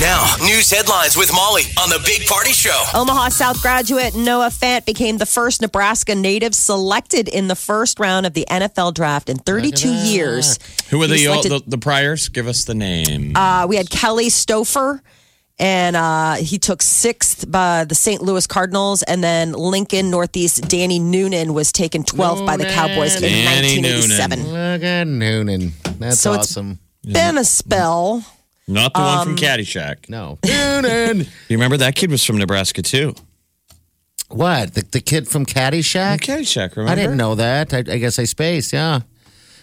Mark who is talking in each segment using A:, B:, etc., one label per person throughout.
A: Now, news headlines with Molly on the Big Party Show.
B: Omaha South graduate Noah Fant became the first Nebraska native selected in the first round of the NFL draft in 32 years.
C: Who were
B: He was
C: the, uh,
B: selected-
C: the the priors? Give us the name.
B: Uh, we had Kelly Stouffer, and uh, he took sixth by the St. Louis Cardinals, and then Lincoln Northeast Danny Noonan was taken 12th by the Cowboys in
C: Danny
B: 1987.
D: Look at Noonan. That's
B: So it's-
D: awesome.
B: Been a spell.
C: Not the one from Caddyshack.
D: Um, No. Noonan.
C: You remember that kid was from Nebraska too.
D: What? The, the kid from Caddyshack?
C: Caddyshack, remember?
D: I didn't know that. I, I guess I spaced. Yeah.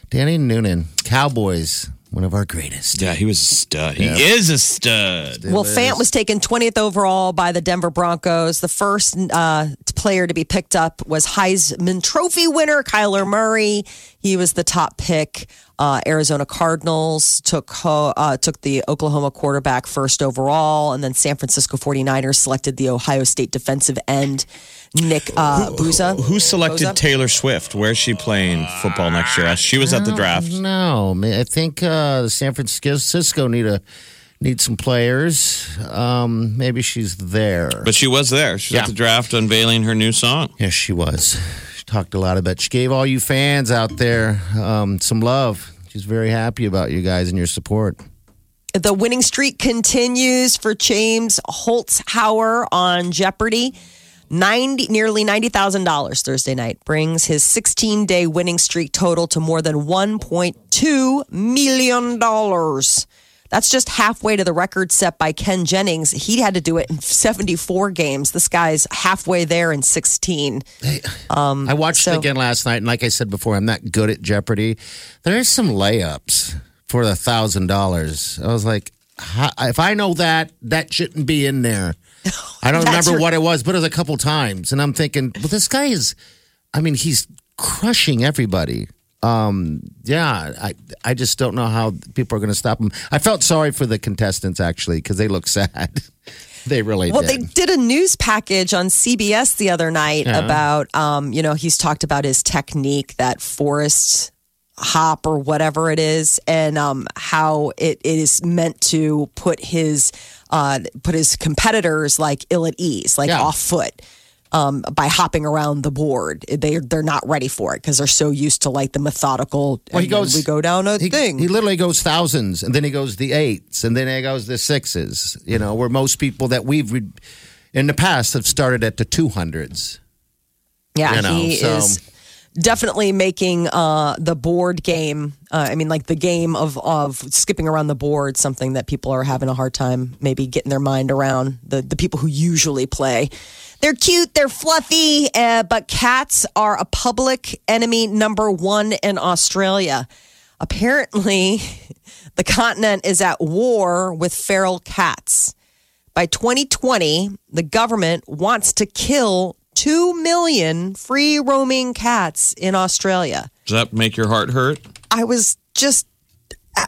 D: Danny Noonan. Cowboys. One of our greatest.
C: Yeah, he was a stud. He is a stud.
B: Well, Fant was taken 20th overall by the Denver Broncos. The first uh, player to be picked up was Heisman Trophy winner Kyler Murray. He was the top pick. Uh, Arizona Cardinals took ho- uh, took the Oklahoma quarterback first overall, and then San Francisco 49ers selected the Ohio State defensive end Nick uh, Booza.
C: Who selected Taylor Swift? Where's she playing football next year? She was
D: Um,
C: at the draft.
D: No, man, I think uh, San Francisco need a need some players. Um, maybe she's there.
C: But she was there. She was at the draft unveiling her new song.
D: yes, she was. She talked a lot about. She gave all you fans out there um, some love. She's very happy about you guys and your support.
B: The winning streak continues for James Holzhauer on Jeopardy. 90, nearly $90,000 Thursday night brings his 16 day winning streak total to more than $1.2 million. That's just halfway to the record set by Ken Jennings. He had to do it in 74 games. This guy's halfway there in 16.
D: I watched
B: Um, so-
D: it again last night, and like I said before, I'm not good at Jeopardy. There's some layups for the thousand dollars. I was like, "How- if I know that, that shouldn't be in there. I don't
B: That's
D: remember
B: your-
D: what it was, but it was a couple times, and I'm thinking, well, this guy is. I mean, he's crushing everybody. Um, yeah, I I just don't know how people are going to stop him. I felt sorry for the contestants actually because they look sad. they really
B: Well,
D: did.
B: they did a news package on CBS the other night about, um, you know, he's talked about his technique, that forest hop or whatever it is, and um, how it, it is meant to put his uh, put his competitors like ill at ease, like
D: Yeah.
B: off foot. Um, by hopping around the board, they they're not ready for it because they're so used to like the methodical.
D: Well, he
B: and then
D: goes-
B: We go down a
D: he,
B: thing.
D: he literally goes thousands, and then he goes the eights, and then he goes the sixes. You know, where most people that we've re- in the past have started at the two hundreds.
B: Yeah,
D: You know,
B: he
D: so-
B: is definitely making uh, the board game. Uh, I mean, like the game of of skipping around the board, something that people are having a hard time maybe getting their mind around. The the people who usually play, they're cute, they're fluffy, uh, but cats are a public enemy number one in Australia. Apparently, the continent is at war with feral cats. By 2020, the government wants to kill 2 million free roaming cats in Australia.
C: Does that make your heart hurt?
B: I was just. uh,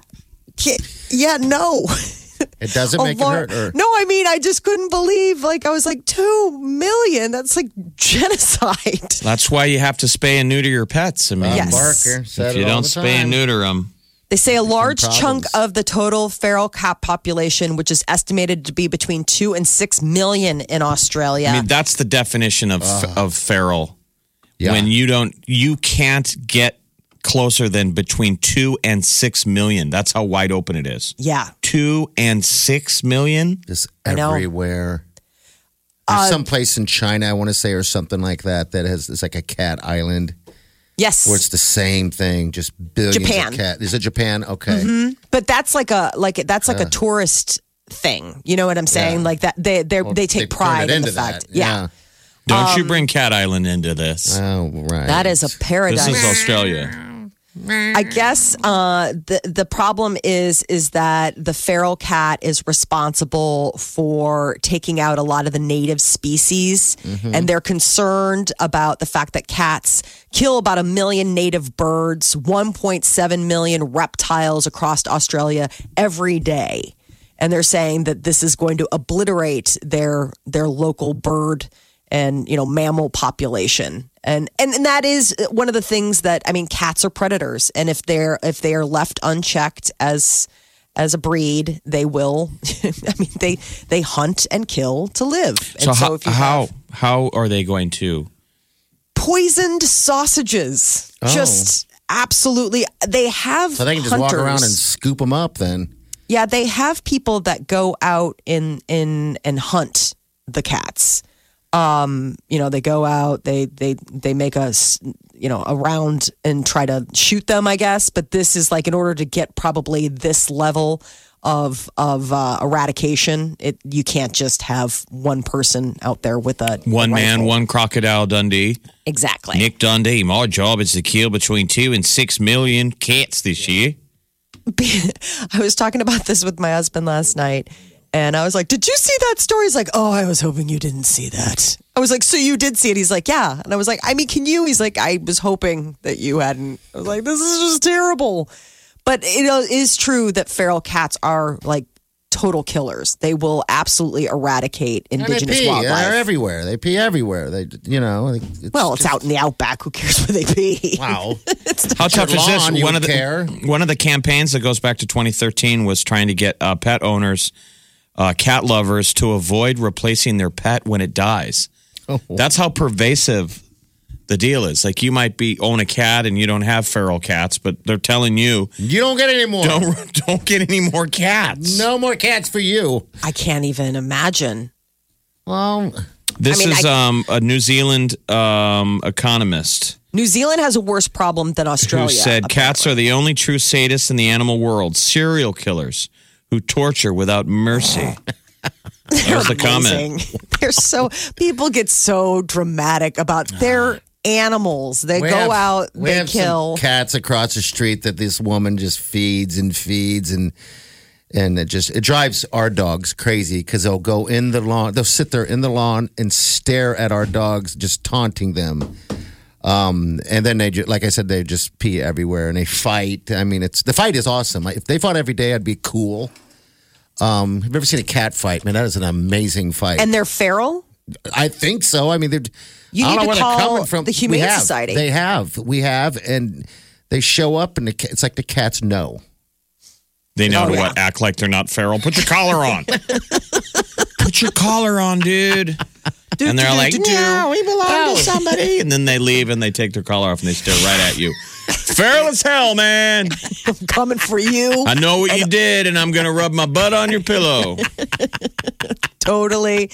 B: yeah- yeah, no.
D: It doesn't make
B: Alar-
D: it hurt. Or,
B: Oh, No, I mean, I just couldn't believe. Like, I was like, 2 million? That's like genocide.
C: That's why you have to spay and neuter your pets. I mean,
B: Yes.
D: Barker said
C: if you
D: it all
C: don't
D: the
C: spay and
D: time.
C: neuter them,
B: They say a large chunk
D: problems.
B: of the total feral cat population, which is estimated to be between 2 and 6 million in Australia.
C: I mean that's the definition of of feral.
D: Yeah.
C: When you don't, you can't get closer than between two and six million. That's how wide open it is.
B: yeah.
C: Two and six million.
D: just
B: I know. Uh,
D: everywhere. There's some place in China, I want to say, or something like that, that has it's like a cat island
B: Yes.
D: where it's the same thing, just billions
B: Japan. Mm-hmm.
D: of cat. Is it Japan? Okay,
B: But that's like a like that's like a tourist thing. You know what I'm saying? Like that they they they take
D: turn
B: pride
D: it
B: in
D: into
B: the fact.
D: that.
B: Yeah. Um,
C: Don't you bring Cat Island into this?
D: Oh right.
B: That is a
C: This
B: paradise.
C: is Australia.
B: I guess uh, the the problem is is that the feral cat is responsible for taking out a lot of the native species, and they're concerned about the fact that cats kill about a million native birds, 1.7 million reptiles across Australia every day, and they're saying that this is going to obliterate their their local bird and you know mammal population and, and and that is one of the things that i mean cats are predators and if they're if they are left unchecked as as a breed they will i mean they they hunt and kill to live and
C: So, how,
B: if you
C: how
B: have
C: how are they going to?
B: poisoned sausages just absolutely they have
D: Oh. So they can just walk around and
B: hunters.
D: scoop them up then.
B: Yeah, they have people that go out in in and hunt the cats. Um, you know, they go out, they they they make a s- you know a round and try to shoot them, I guess. But this is like in order to get probably this level of of uh, eradication, it you can't just have one person out there with a
C: One man,
B: rifle.
C: one crocodile Dundee.
B: exactly.
C: Nick Dundee. My job is to kill between two and six million cats this year.
B: I was talking about this with my husband last night, and I was like, "Did you see that story?" He's like, "Oh, I was hoping you didn't see that." I was like, "So you did see it?" He's like, "Yeah," and I was like, "I mean, can you?" He's like, "I was hoping that you hadn't." I was like, "This is just terrible," but it is true that feral cats are like total killers. They will absolutely eradicate
D: And they
B: indigenous
D: pee. They're
B: wildlife.
D: everywhere. They pee everywhere. They, you know. like, It's
B: Well, it's out in the outback. Who cares where they be?
D: wow.
C: How tough
D: your
C: is this?
D: lawn, you
C: one of the
D: would care.
C: one of the campaigns that goes back to 2013 was trying to get uh, pet owners, uh, cat lovers, to avoid replacing their pet when it dies. That's how pervasive the deal is. Like you might be own a cat and you don't have feral cats, but they're telling you
D: you don't get any more.
C: don't don't get any more cats.
D: No more cats for you.
B: I can't even imagine.
D: Well,
C: This
B: I mean,
C: is
B: I-
C: um, a New Zealand um, economist.
B: New Zealand has a worse problem than Australia.
C: who said cats are the only true sadists in the animal world, serial killers who torture without mercy. that was the comment.
B: amazing. They're so people get so dramatic about their animals. They
D: we
B: go
D: have-
B: out,
D: we
B: they
D: have some
B: kill.
D: cats across the street that this woman just feeds and feeds and and it just it drives our dogs crazy because they'll go in the lawn. They'll sit there in the lawn and stare at our dogs, just taunting them. Um, and then they, ju- like I said, they just pee everywhere and they fight. I mean, it's the fight is awesome. Like, if they fought every day, I'd be cool. Um, have you ever seen a cat fight? Man, that is an amazing fight.
B: and they're feral.
D: I think so. I mean, they're.
B: You
D: I
B: need
D: don't
B: to
D: know where
B: call
D: they're coming from.
B: the
D: We
B: Humane
D: have.
B: Society.
D: They have. We have, and they show up, and the, ca- it's like the cats know.
C: They know
B: Oh,
C: to
B: yeah.
C: what act like they're not feral. Put your collar on. Put your collar on, dude. and they're like, no, we belong
B: Oh.
C: to somebody. And then they leave and they take their collar off and they stare right at you. Feral as hell, man.
B: I'm coming for you.
C: I know what you did, and I'm going to rub my butt on your pillow.
B: totally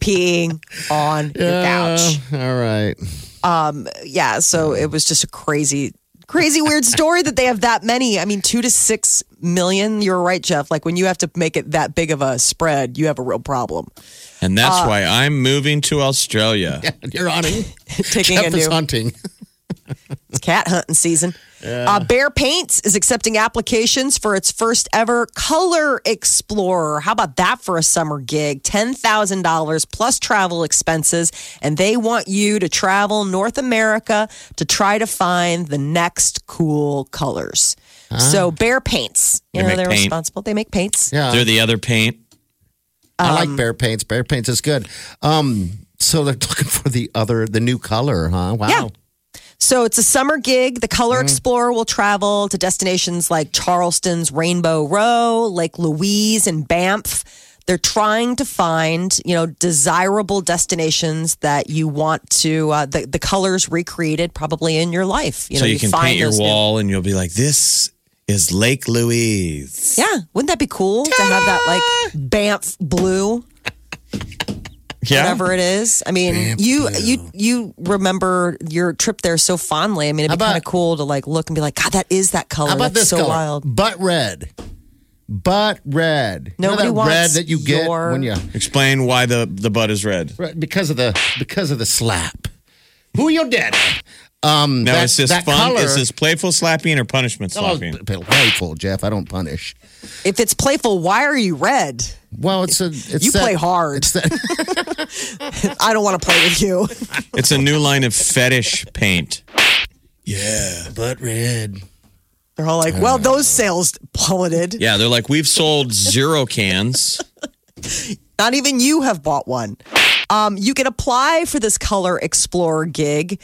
B: peeing on your couch.
D: Uh, All right.
B: yeah, so it was just a crazy, crazy weird story that they have that many. I mean, two to six million. You're right, Jeff. Like when you have to make it that big of a spread, you have a real problem.
C: And that's
B: Uh,
C: why I'm moving to Australia.
D: You're hunting.
B: Taking
D: Jeff
B: a
D: is
B: new
D: hunting.
B: It's cat hunting season. Uh, Bear Paints is accepting applications for its first ever Color Explorer. How about that for a summer gig? $10,000 plus travel expenses. And they want you to travel North America to try to find the next cool colors. So, Bear Paints, you
C: They
B: know,
C: make
B: they're
C: paint.
B: responsible. They make paints.
D: Yeah.
C: They're the other paint.
D: I
B: um,
D: like bear paints. Bear paints is good. Um, so they're looking for the other, the new color, huh? Wow.
B: Yeah. So it's a summer gig. The Color Explorer will travel to destinations like Charleston's Rainbow Row, Lake Louise, and Banff. They're trying to find, you know, desirable destinations that you want to uh, the the colors recreated probably in your life. You know,
C: so you, can
B: find
C: paint your
B: those new-
C: wall and you'll be like, this is Lake Louise.
B: yeah, wouldn't that be cool to have that like Banff blue?
C: Yeah.
B: Whatever it is, I mean, you you you remember your trip there so fondly. I mean, it'd be
D: How
B: kind
D: about-
B: of cool to like look and be like, God, that is that color.
D: How about
B: Oh, That's
D: this
B: so
D: color?
B: wild.
D: Butt red. Butt red.
B: Nobody
D: you know that
B: wants
D: red that you get
B: your-
D: when you
C: Explain why the, the bud is red.
D: Right, because of the because of the slap. Who your daddy? Um,
C: Now,
D: that-
C: is this
D: that
C: fun?
D: color-
C: Is this playful slapping or punishment
D: Oh,
C: slapping?
D: p- playful, Jeff. I don't punish.
B: If it's playful, why are you red?
D: Well, it's a. It's
B: You
D: that-
B: play hard.
D: It's that,
B: I don't want to play with you.
C: It's a new line of fetish paint.
D: yeah, but red.
B: They're all like, well, those sales plummeted.
C: Yeah, they're like, we've sold zero cans.
B: Not even you have bought one. Um, you can apply for this Color Explorer gig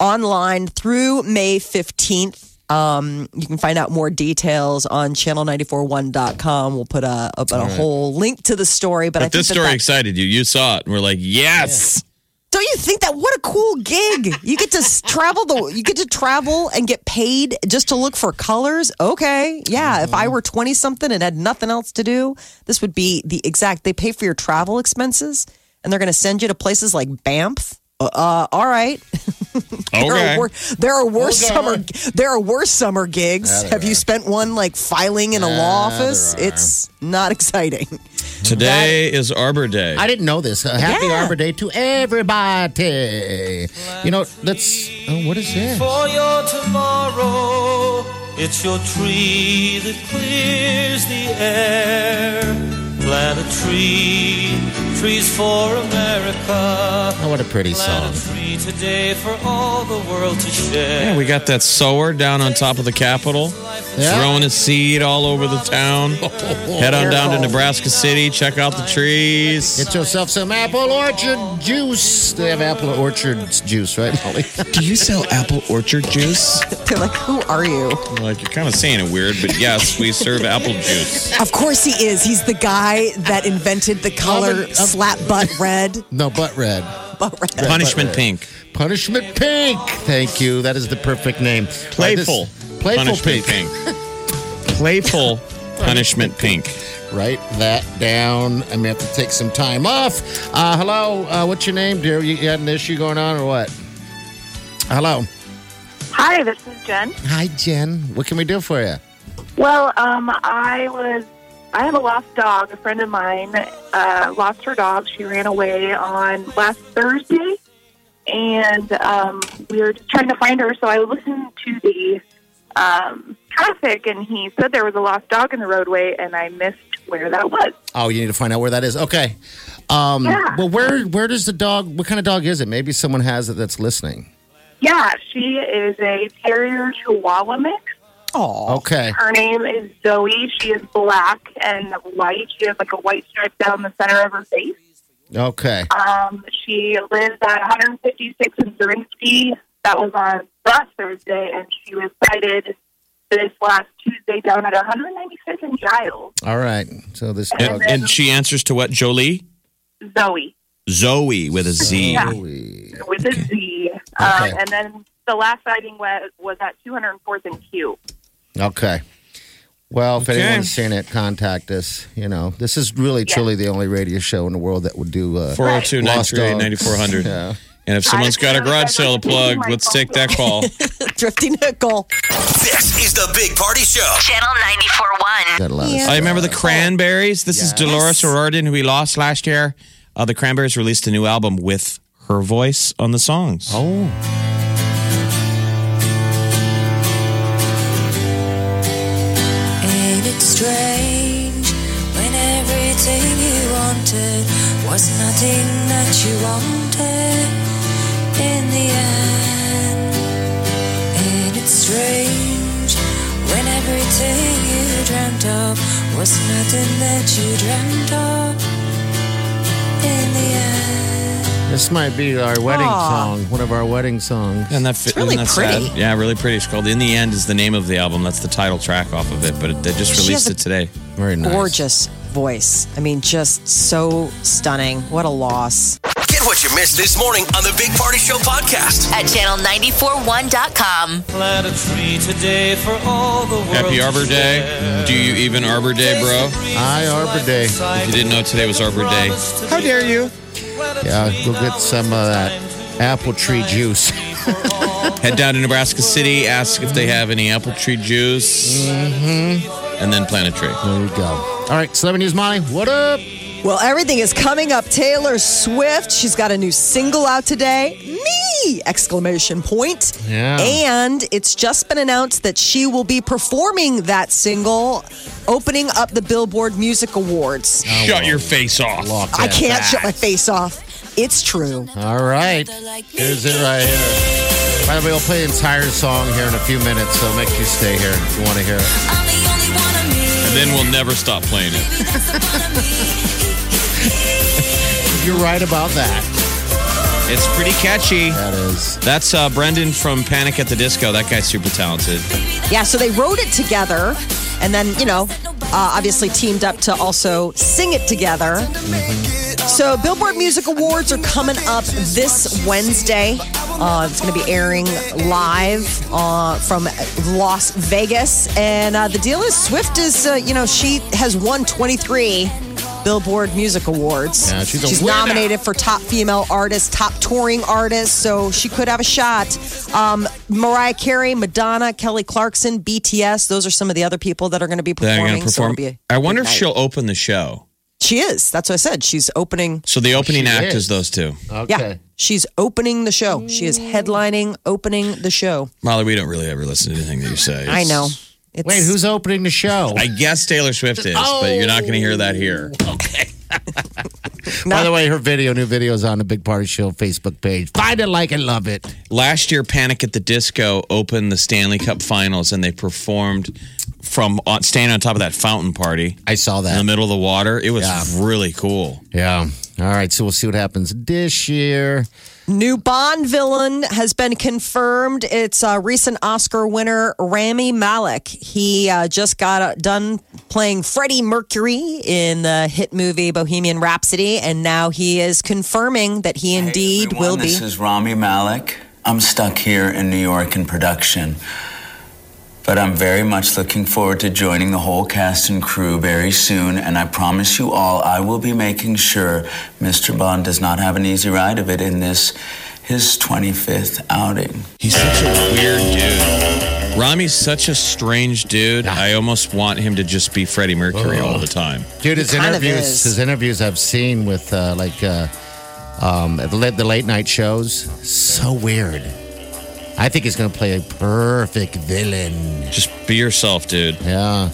B: online through May 15th. Um, you can find out more details on channel941.com. We'll put a, a, a whole link to the story. But, I
C: But
B: think
C: this
B: that
C: story
B: that-
C: excited you. You saw it and we're like, yes.
B: Don't you think that what a cool gig? You get to s- travel the you get to travel and get paid just to look for colors. Okay. Yeah, if
D: Mm-hmm.
B: I were 20 something and had nothing else to do, this would be the exact they pay for your travel expenses and they're going to send you to places like Banff. Uh, uh, all right. There
C: Okay.
B: are, wor- there are worse
D: Okay.
B: summer there are worse summer gigs.
D: Yeah, there
B: Have you
D: are.
B: spent one like filing in a law
D: Yeah, there
B: office?
D: are.
B: It's not exciting.
C: Today is Arbor Day.
D: I didn't know this. Uh, happy
B: Yeah.
D: Arbor Day to everybody. you know, let's. Oh, what is this?
E: For your tomorrow, it's your tree that clears the air. Plant a tree, trees for America.
D: Oh, what a pretty song.
E: Plant a tree today for all the world to share.
C: Yeah, we got that sower down on top of the Capitol,
D: Yeah.
C: throwing a seed all over the town. Head on down to Nebraska City, check out the trees.
D: Get yourself some apple orchard juice. They have apple orchard juice, right, Molly?
C: Do you sell apple orchard juice?
B: They're like, "Who are you?"
C: Like, you're kind of saying it weird, but yes, we serve apple juice.
B: Of course he is. He's the guy that invented the color
D: Well, but-
B: slap butt red.
D: no, butt red.
B: um, Butt red.
C: Punishment pink.
D: Punishment Pink. Thank you. That is the perfect name.
C: Playful.
D: Like this- playful
C: punishment
D: pink.
C: Playful punishment pink.
D: Write that down. I may have to take some time off. Uh, hello. Uh, what's your name, dear? You got an issue going on or what? Hello.
F: Hi, this is Jen.
D: Hi, Jen. What can we do for you?
F: Well, um, I was. I have a lost dog. A friend of mine uh, lost her dog. She ran away on last Thursday, and um, we were just trying to find her. So I listened to the um, traffic, and he said there was a lost dog in the roadway, and I missed where that was.
D: Oh, you need to find out where that is. Okay. Um,
F: Yeah.
D: Well, where where does the dog? What kind of dog is it? Maybe someone has it that's listening.
F: Yeah, she is a terrier Chihuahua mix.
D: Okay.
F: Her name is Zoe. She is black and white. She has like a white stripe down the center of her face.
D: Okay.
F: Um, she lives at 156 in Zerinsky. That was on last Thursday, and she was cited this last Tuesday down at 196 in Giles.
D: All right. So this
C: And,
D: dog.
C: and she answers to what? Jolie?
F: Zoe
C: Zoe with a Z.
F: Yeah.
D: We-
F: with a Z. Um,
D: Okay.
F: And then the last sighting was, was at 204th and Q.
D: Okay. Well, if
C: Okay.
D: anyone's seen it, contact us. You know, this is really, truly the only radio show in the world that would do. Uh,
C: 402
D: Lost
C: 938
D: dogs.
C: 9400.
D: Yeah.
C: And if someone's got a
F: I've never
C: garage sale
F: ever
C: to plug,
F: seen my
C: let's
F: phone
C: take that call.
B: Thrifty nickel.
A: This is the Big Party Show.
G: Channel 94.1.
D: Got a lot of
C: I remember the Cranberries. This is
D: Yes.
C: Dolores O'Riordan, who we lost last year. Uh, the Cranberries released a new album with her voice on the songs.
D: Oh,
H: Ain't it strange when everything you wanted was nothing that you wanted in the end? Ain't it strange when everything you dreamt of was nothing that you dreamt of in the end?
D: this might be our wedding
B: Aw.
D: song, one of our wedding songs.
C: And that fit,
B: really
C: isn't that
B: pretty.
C: sad? Yeah, really pretty. It's called "In the End" is the name of the album. That's the title track off of it. But they just
B: She has
C: released
B: a-
C: it today.
D: Very nice.
B: Gorgeous voice. I mean, just so stunning. What a loss.
A: Get what you missed this morning on the Big Party Show podcast.
G: At channel941.com.
E: Plant a tree today for all the world
C: Happy
E: to
C: Arbor Day.
E: share.
C: Do you even Arbor Day, bro?
D: Hi, Arbor Day.
C: If you didn't know today was Arbor Day, how dare you?
D: Yeah, we'll get some of that apple tree juice.
C: Head down to Nebraska City, ask if they have any apple tree juice, and then plant a tree.
D: There you go. All right, celebrity news, Molly. What up?
B: Well, everything is coming up. Taylor Swift, she's got a new single out today. Me! Exclamation point.
D: Yeah.
B: And it's just been announced that she will be performing that single, opening up the Billboard Music Awards.
C: Shut your face off.
B: I can't shut my face off. It's true.
D: All right. Here's it right here. By the way, we'll play the entire song here in a few minutes, so make sure you stay here if you want to hear it.
C: And then we'll never stop playing it.
D: You're right about that.
C: It's pretty catchy.
D: That is.
C: That's uh, Brendan from Panic at the Disco. That guy's super talented.
B: Yeah, so they wrote it together and then, you know, uh, obviously teamed up to also sing it together.
D: Mm-hmm.
B: So, Billboard Music Awards are coming up this Wednesday. Uh, it's going to be airing live uh, from Las Vegas. And uh, the deal is Swift is, uh, you know, she has won 23 Billboard Music Awards.
D: Yeah, she's a winner.
B: nominated for top female artist, top touring artist, so she could have a shot. Um, Mariah Carey, Madonna, Kelly Clarkson, BTS, those are some of the other people that are going to be
C: They're
B: performing.
C: going to
B: so it'll
C: perform.
B: be a
C: I wonder if
B: good night.
C: she'll open the show.
B: She is. That's what I said. She's opening.
C: So the opening
D: she
C: act is.
D: is.
C: those two.
D: Okay.
B: Yeah. She's opening the show. She is headlining, opening the show.
C: Molly, we don't really ever listen to anything that you say.
B: I
C: It's-
B: know. It's,
D: Wait, who's opening the show?
C: I guess Taylor Swift is, but you're not going to hear that here.
D: By the way, her video, new video is on the Big Party Show Facebook page. Find it, like it, love it.
C: Last year, Panic at the Disco opened the Stanley Cup Finals, and they performed from on, staying on top of that fountain party
D: I saw
C: in the
D: that.
C: middle of the water. It was really cool.
D: Yeah. All right. So we'll see what happens this year.
B: New Bond villain has been confirmed. It's uh, recent Oscar winner Rami Malek. He uh, just got uh, done playing Freddie Mercury in the hit movie Bohemian Rhapsody, and now he is confirming that he indeed
I: Hey, everyone,
B: will be.
I: This is Rami Malek. I'm stuck here in New York in production. But I'm very much looking forward to joining the whole cast and crew very soon, and I promise you all I will be making sure Mr. Bond does not have an easy ride of it in this, his 25th outing.
C: He's such a weird dude. Rami's such a strange dude. I almost want him to just be Freddie Mercury all the time.
D: Dude, his
B: kind of
D: interviews,
B: is.
D: his interviews I've seen with uh, like uh, um, at the, late, the late night shows, so weird. I think he's going to play a perfect villain.
C: Just be yourself, dude.
D: Yeah.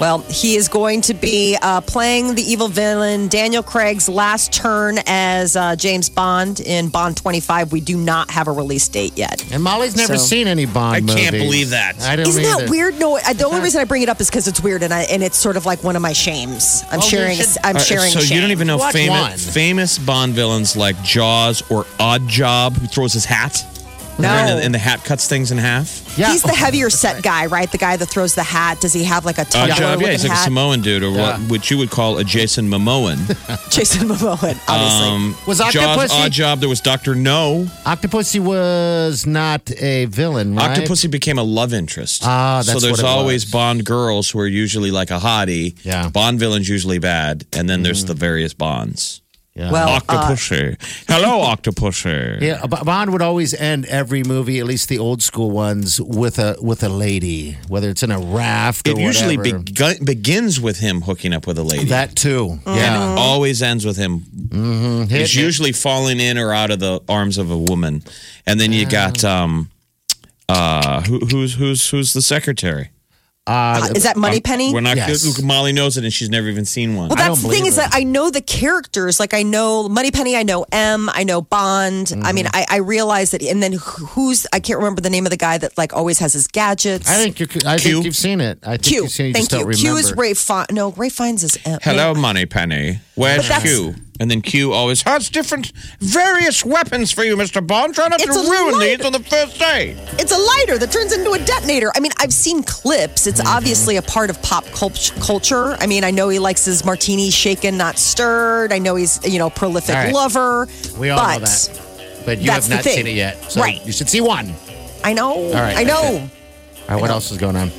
B: Well, he is going to be uh, playing the evil villain Daniel Craig's last turn as uh, James Bond in Bond 25. We do not have a release date yet.
D: And Molly's never
B: So-
D: seen any Bond
C: I can't
D: movies.
C: believe that.
D: I don't
B: Isn't
D: either.
B: that weird? No, I, the only reason I bring it up is because it's weird, and I and it's sort of like one of my shames. I'm
D: Well, we
B: sharing.
D: Oh, should-
B: I'm
C: All right,
B: sharing.
C: so
B: shame.
C: you don't even know
D: What one?
C: famous, famous Bond villains like Jaws or Odd Job, who throws his hat.
B: No.
C: And, the- and the hat cuts things in half.
D: Yeah.
B: He's the heavier set guy, right? The guy that throws the hat. Does he have like a
C: Odd
B: tumbler
C: Job, yeah, Uh, he's like a
B: hat?
C: Samoan dude, or what, what you would call a Jason Momoan.
B: Jason Momoa, obviously.
C: Um,
D: Was
C: Jaws,
B: uh,
D: Octopussy-
C: Odd Job, there was Dr. No.
D: Octopussy was not a villain, right?
C: Octopussy became a love interest.
D: Ah, that's
C: so there's
D: what it
C: always
D: was.
C: Bond girls who are usually like a hottie.
D: Yeah. Mm-hmm.
C: Bond villains usually bad, and then there's the various Bonds.
D: Yeah.
B: Well, uh,
C: Octopussy. Hello, Octopussy.
D: Uh-huh. Yeah, B- Bond would always end every movie, at least the old school ones, with a with a lady, whether it's in a raft. Or
C: It usually
D: whatever.
C: beg- begins with him hooking up with a lady.
D: that too.
B: Oh,
D: Yeah,
C: always ends with him. He's usually falling in or out of the arms of a woman, and then you got um, uh, who, who's who's who's the secretary?
B: Uh, is that Money Penny?
C: We're not
D: Yes.
C: look, Molly knows it, and she's never even seen one.
B: Well,
D: I
B: that's the
D: don't
B: thing
D: believe
B: is that I know the characters. Like I know Moneypenny, I know M, I know Bond. I
D: Mm-hmm.
B: mean, I, I realize that. And then wh- who's I can't remember the name of the guy that like always has his gadgets.
D: I think you're, I
C: Q.
D: think you've seen it. I think
B: Q.
D: you've seen it. You
B: Thank
D: just
B: you.
D: don't
B: Q
D: remember.
B: is Ray Fine. No, Ray Fine's is M.
C: Hello, Money Penny. Where's
B: But that's-
C: Q? And then Q always has different, various weapons for you, Mr. Bond. Try not
B: It's
C: to
B: a
C: ruin
B: light-
C: these on the first day.
B: It's a lighter that turns into a detonator. I mean, I've seen clips. It's
D: Mm-hmm.
B: obviously a part of pop cult- culture. I mean, I know he likes his martini shaken, not stirred. I know he's you know prolific
D: All right.
B: lover.
D: We all
B: but
D: know that. But you
B: that's
D: have not
B: the thing.
D: seen it yet, so
B: Right.
D: You should see one.
B: I know.
D: right,
B: I
D: that's
B: know.
D: it. All right, what else is going on?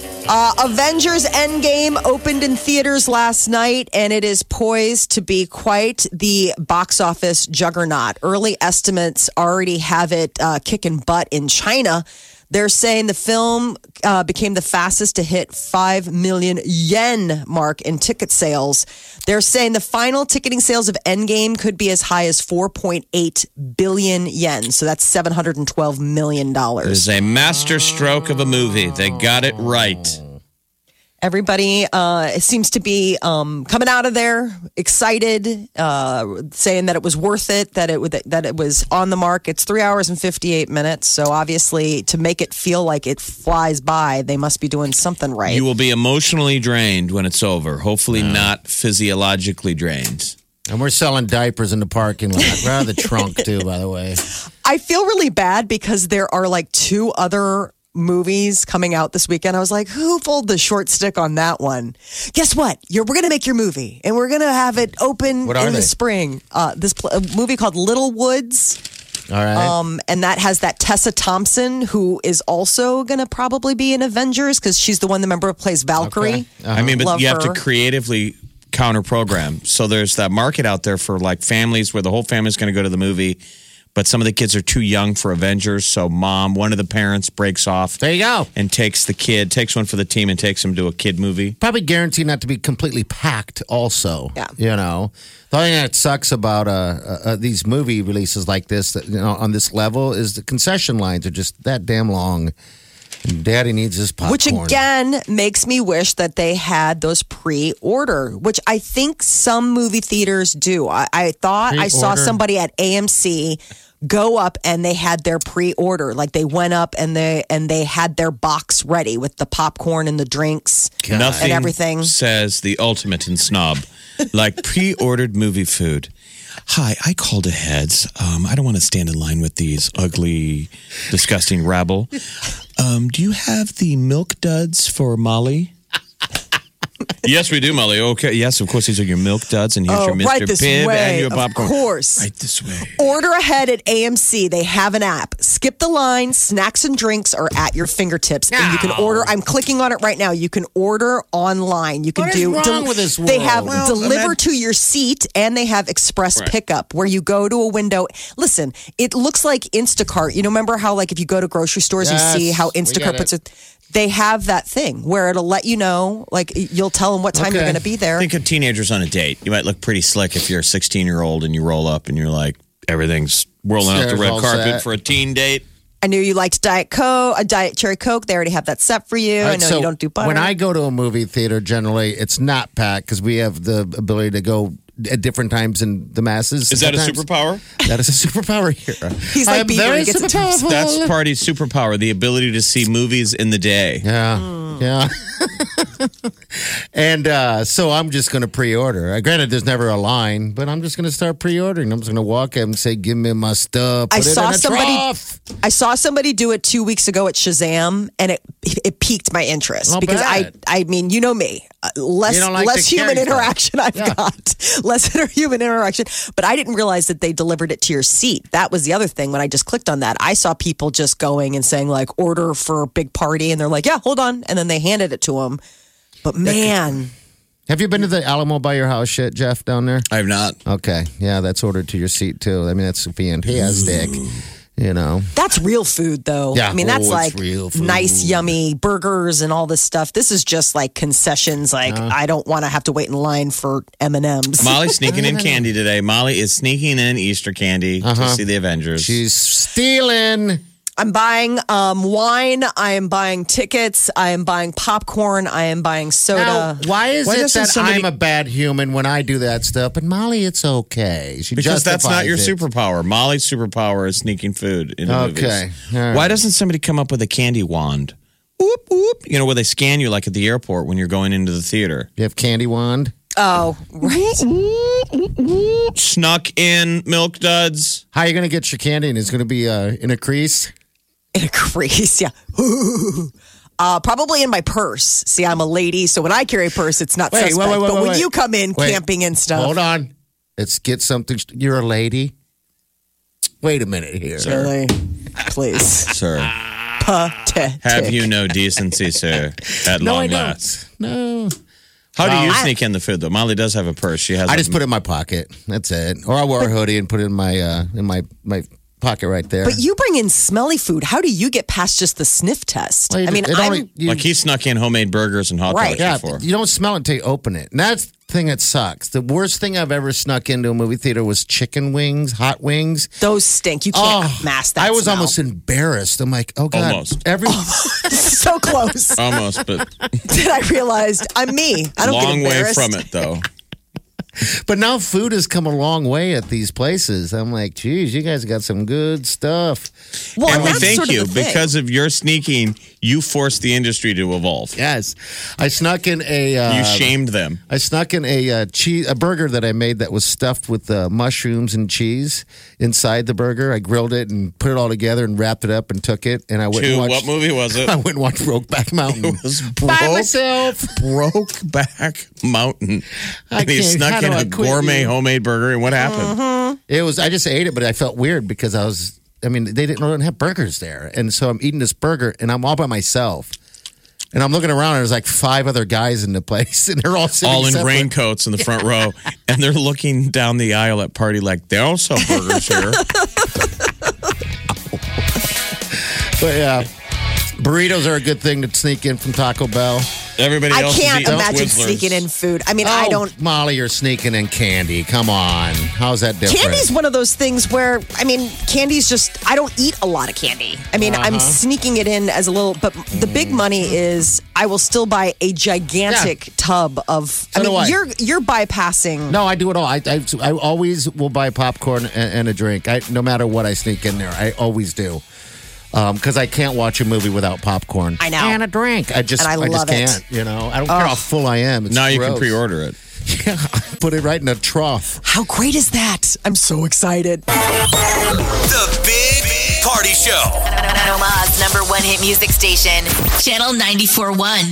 B: Avengers Endgame opened in theaters last night, and it is poised to be quite the box office juggernaut. Early estimates already have it uh, kicking butt in China. They're saying the film uh, became the fastest to hit 5 million yen mark in ticket sales. They're saying the final ticketing sales of Endgame could be as high as 4.8 billion yen. So that's $712 million.
C: It is a master stroke of a movie. They got it right.
B: Everybody uh, it seems to be um, coming out of there excited, uh, saying that it was worth it, that it would- that it was on the mark. It's three hours and fifty eight minutes, so obviously to make it feel like it flies by, they must be doing something right.
C: You will be emotionally drained when it's over. Hopefully, not physiologically drained.
D: And we're selling diapers in the parking lot. We're out of the trunk too, by the way.
B: I feel really bad because there are like two other movies coming out this weekend. I was like, who pulled the short stick on that one? Guess what? You're, we're going to make your movie and we're going to have it open
D: What
B: in
D: are
B: the
D: they?
B: spring. Uh, this pl- a movie called Little Woods.
D: All right.
B: Um, and that has that Tessa Thompson, who is also going to probably be in Avengers because she's the one the member who plays Valkyrie.
C: I mean, but
B: Love
C: you have
B: her.
C: to creatively counter program. So there's that market out there for like families where the whole family's going to go to the movie, but some of the kids are too young for Avengers. So mom, one of the parents breaks off.
D: There you go.
C: And takes the kid, takes one for the team, and takes him to a kid movie.
D: Probably guaranteed not to be completely packed. Also,
B: Yeah.
D: you know, the only thing that sucks about uh, uh, uh, these movie releases like this, that, you know, on this level, is the concession lines are just that damn long. And Daddy needs his popcorn.
B: Which again makes me wish that they had those pre order, which I think some movie theaters do. I, I thought I saw
D: Pre-order.
B: somebody at AMC go up and they had their pre order. Like they went up and they and they had their box ready with the popcorn and the drinks.
C: Nothing
B: And everything.
C: says the ultimate in snob, like pre-ordered movie food. Hi, I called ahead. Um, I don't want to stand in line with these ugly, disgusting rabble. Um, do you have the milk duds for Molly? yes, we do, Molly. Okay, yes, of course. These are your milk duds, and here's
B: Oh,
C: your Mr.
B: right this
C: Pibb and
B: way,
C: your
B: of
C: popcorn.
B: course.
C: right this way.
B: Order ahead at AMC. They have an app. Skip the line. Snacks and drinks are at your fingertips, and you can order. I'm clicking on it right now. You can order online. You can
D: What is
B: do.
D: wrong
B: del-
D: with this
B: They have
D: world?
B: deliver to your seat, and they have express pickup, where you go to a window. Listen, it looks like Instacart. You know, remember how like if you go to grocery stores,
D: Yes,
B: you see how
D: we
B: Instacart
D: got
B: puts
D: it.
B: it. They have that thing where it'll let you know, like you'll tell them what time you're
D: Okay.
B: going to be there.
C: Think of teenagers on a date. You might look pretty slick if you're a 16 year old and you roll up and you're like, everything's rolling out the
D: Stairs
C: red
D: all
C: carpet
D: set.
C: for a teen date.
B: I knew you liked Diet Coke, a Diet Cherry Coke. They already have that set for you.
D: All
B: I
D: right,
B: know you don't do butter.
D: When I go to a movie theater, generally it's not packed because we have the ability to go at different times in the masses.
C: Is that a
D: Sometimes-
C: superpower?
D: That is a superpower here.
B: He's like
D: I'm
B: Bieber,
D: very
B: he gets it to himself.
D: superpowerful.
C: That's party's superpower, the ability to see movies in the day.
D: Yeah. Yeah. and uh, so I'm just going to pre order. Uh, granted, there's never a line, but I'm just going to start pre ordering. I'm just going to walk up and say, Give me my stuff.
B: I
D: Put it
B: saw
D: in a
B: somebody-
D: trough."
B: I saw somebody do it two weeks ago at Shazam, and it it piqued my interest
D: I'll
B: because I
D: bet.
B: I mean you know me Uh, less
D: You don't like
B: less
D: to
B: human
D: carry stuff.
B: interaction I've
D: Yeah.
B: got less inter- human interaction, but I didn't realize that they delivered it to your seat. That was the other thing when I just clicked on that. I saw people just going and saying like order for a big party, and they're like yeah hold on, and then they handed it to them. But man,
D: Have you been to the Alamo by your house yet, Jeff, down there?
C: I have not.
D: Okay. Yeah, that's ordered to your seat, too. I mean, that's fantastic. You know,
B: that's real food though.
D: Yeah.
B: I mean that's
D: Oh,
B: like
D: it's real food.
B: nice, yummy burgers and all this stuff. This is just like concessions. Like I don't want to have to wait in line for M and M's.
C: Molly's sneaking in candy today. Molly is sneaking in Easter candy to see the Avengers.
D: Uh-huh. she's stealing.
B: I'm buying um, wine. I am buying tickets. I am buying popcorn. I am buying soda.
D: Now, why is
C: Why
D: it
C: doesn't
D: that
C: somebody-
D: I'm a bad human when I do that stuff? But Molly, it's okay. She
C: because that's not
D: justifies
C: your
D: it.
C: superpower. Molly's superpower is sneaking food into
D: Okay.
C: movies.
D: All right.
C: Why doesn't somebody come up with a candy wand? Whoop, whoop. You know, where they scan you like at the airport when you're going into the theater.
D: You have candy wand.
B: oh, right.
C: Snuck in milk duds.
D: How are you going to get your candy? And it's going to be uh, in a crease.
B: In a crease. Yeah. Uh, probably in my purse. See, I'm a lady, so when I carry a purse, it's not
D: Wait, wait,
B: suspect.
D: wait, wait,
B: but when
D: wait.
B: you come in
D: Wait.
B: camping and stuff,
D: Hold on. Let's get something. You're a lady. Wait a minute here.
B: really, please,
C: Sir,
B: pathetic.
C: have you no decency, sir, at
D: No,
C: long
D: I don't.
C: last?
D: No.
C: How do you
D: I-
C: sneak in the food, though? Molly does have a purse. She has
D: I
C: a
D: just put it in my pocket. That's it. Or I wear a hoodie and put it in my uh, in my my pocket right there.
B: But you bring in smelly food. How do you get past just the sniff test?
D: Well, you
B: I mean,
D: don't- it
B: I'm
D: only- you-
C: like he snuck in homemade burgers and hot
B: Right.
C: dogs
D: yeah,
C: before.
D: you don't smell it until you open it. And that's the thing that sucks. The worst thing I've ever snuck into a movie theater was chicken wings, hot wings.
B: those stink. You can't mask that.
D: Oh, I was
B: smell.
D: almost embarrassed. I'm like, oh god,
C: Almost.
D: every
B: so close
C: Almost, but
B: that I realized I'm me. I don't
C: long
B: get
C: way
B: embarrassed.
C: from it though.
D: But now food has come a long way at these places. I'm like, geez, you guys got some good stuff.
B: Well,
C: and we
B: that's
C: thank
B: sort of
C: you
B: the thing.
C: because of your sneaking, you forced the industry to evolve.
D: Yes, I snuck in a. Uh,
C: You shamed them.
D: I snuck in a uh, cheese, a burger that I made that was stuffed with uh, mushrooms and cheese inside the burger. I grilled it and put it all together and wrapped it up and took it. And I went
C: To
D: and watched,
C: what movie was it?
D: I went and watched Brokeback Mountain.
C: It was
D: by
C: broke.
D: myself.
C: Broke back mountain.
D: I
C: And he
D: can't- how
C: snuck
D: do
C: in
D: I
C: a
D: quit
C: gourmet
D: you?
C: homemade burger. And what happened?
D: It was. I just ate it, but I felt weird because I was. I mean, they didn't, they don't have burgers there, and so I'm eating this burger, and I'm all by myself. And I'm looking around, and there's like five other guys in the place, and they're all sitting
C: All in
D: separate.
C: raincoats in the front row. And they're looking down the aisle at party like, they also sell burgers here.
D: But yeah, burritos are a good thing to sneak in from Taco Bell.
C: Everybody
B: I
C: else
B: can't
C: is eating
B: imagine
C: Twizzlers.
B: sneaking in food. I mean, I
D: Oh,
B: don't.
D: Molly, you're sneaking in candy. Come on, how's that different?
B: Candy's one of those things where I mean, candy's just I don't eat a lot of candy. I mean,
D: Uh-huh.
B: I'm sneaking it in as a little, but the big
D: Mm.
B: money is I will still buy a gigantic tub of. I
D: So
B: mean,
D: do I.
B: you're you're bypassing.
D: No, I do it all. I, I, I always will buy popcorn and, and a drink. I, no matter what I sneak in there, I always do. Because I can't watch a movie without popcorn.
B: I know.
D: And a drink. I just,
B: And I
D: I,
B: love
D: just
B: it.
D: can't. You know, I don't care how full I am. It's
C: Now you can
D: gross.
C: pre order it.
D: Yeah, put it right in a trough.
B: How great is that? I'm so excited.
A: The Big Party Show.
G: Omaha's number one hit music station, Channel 94.1.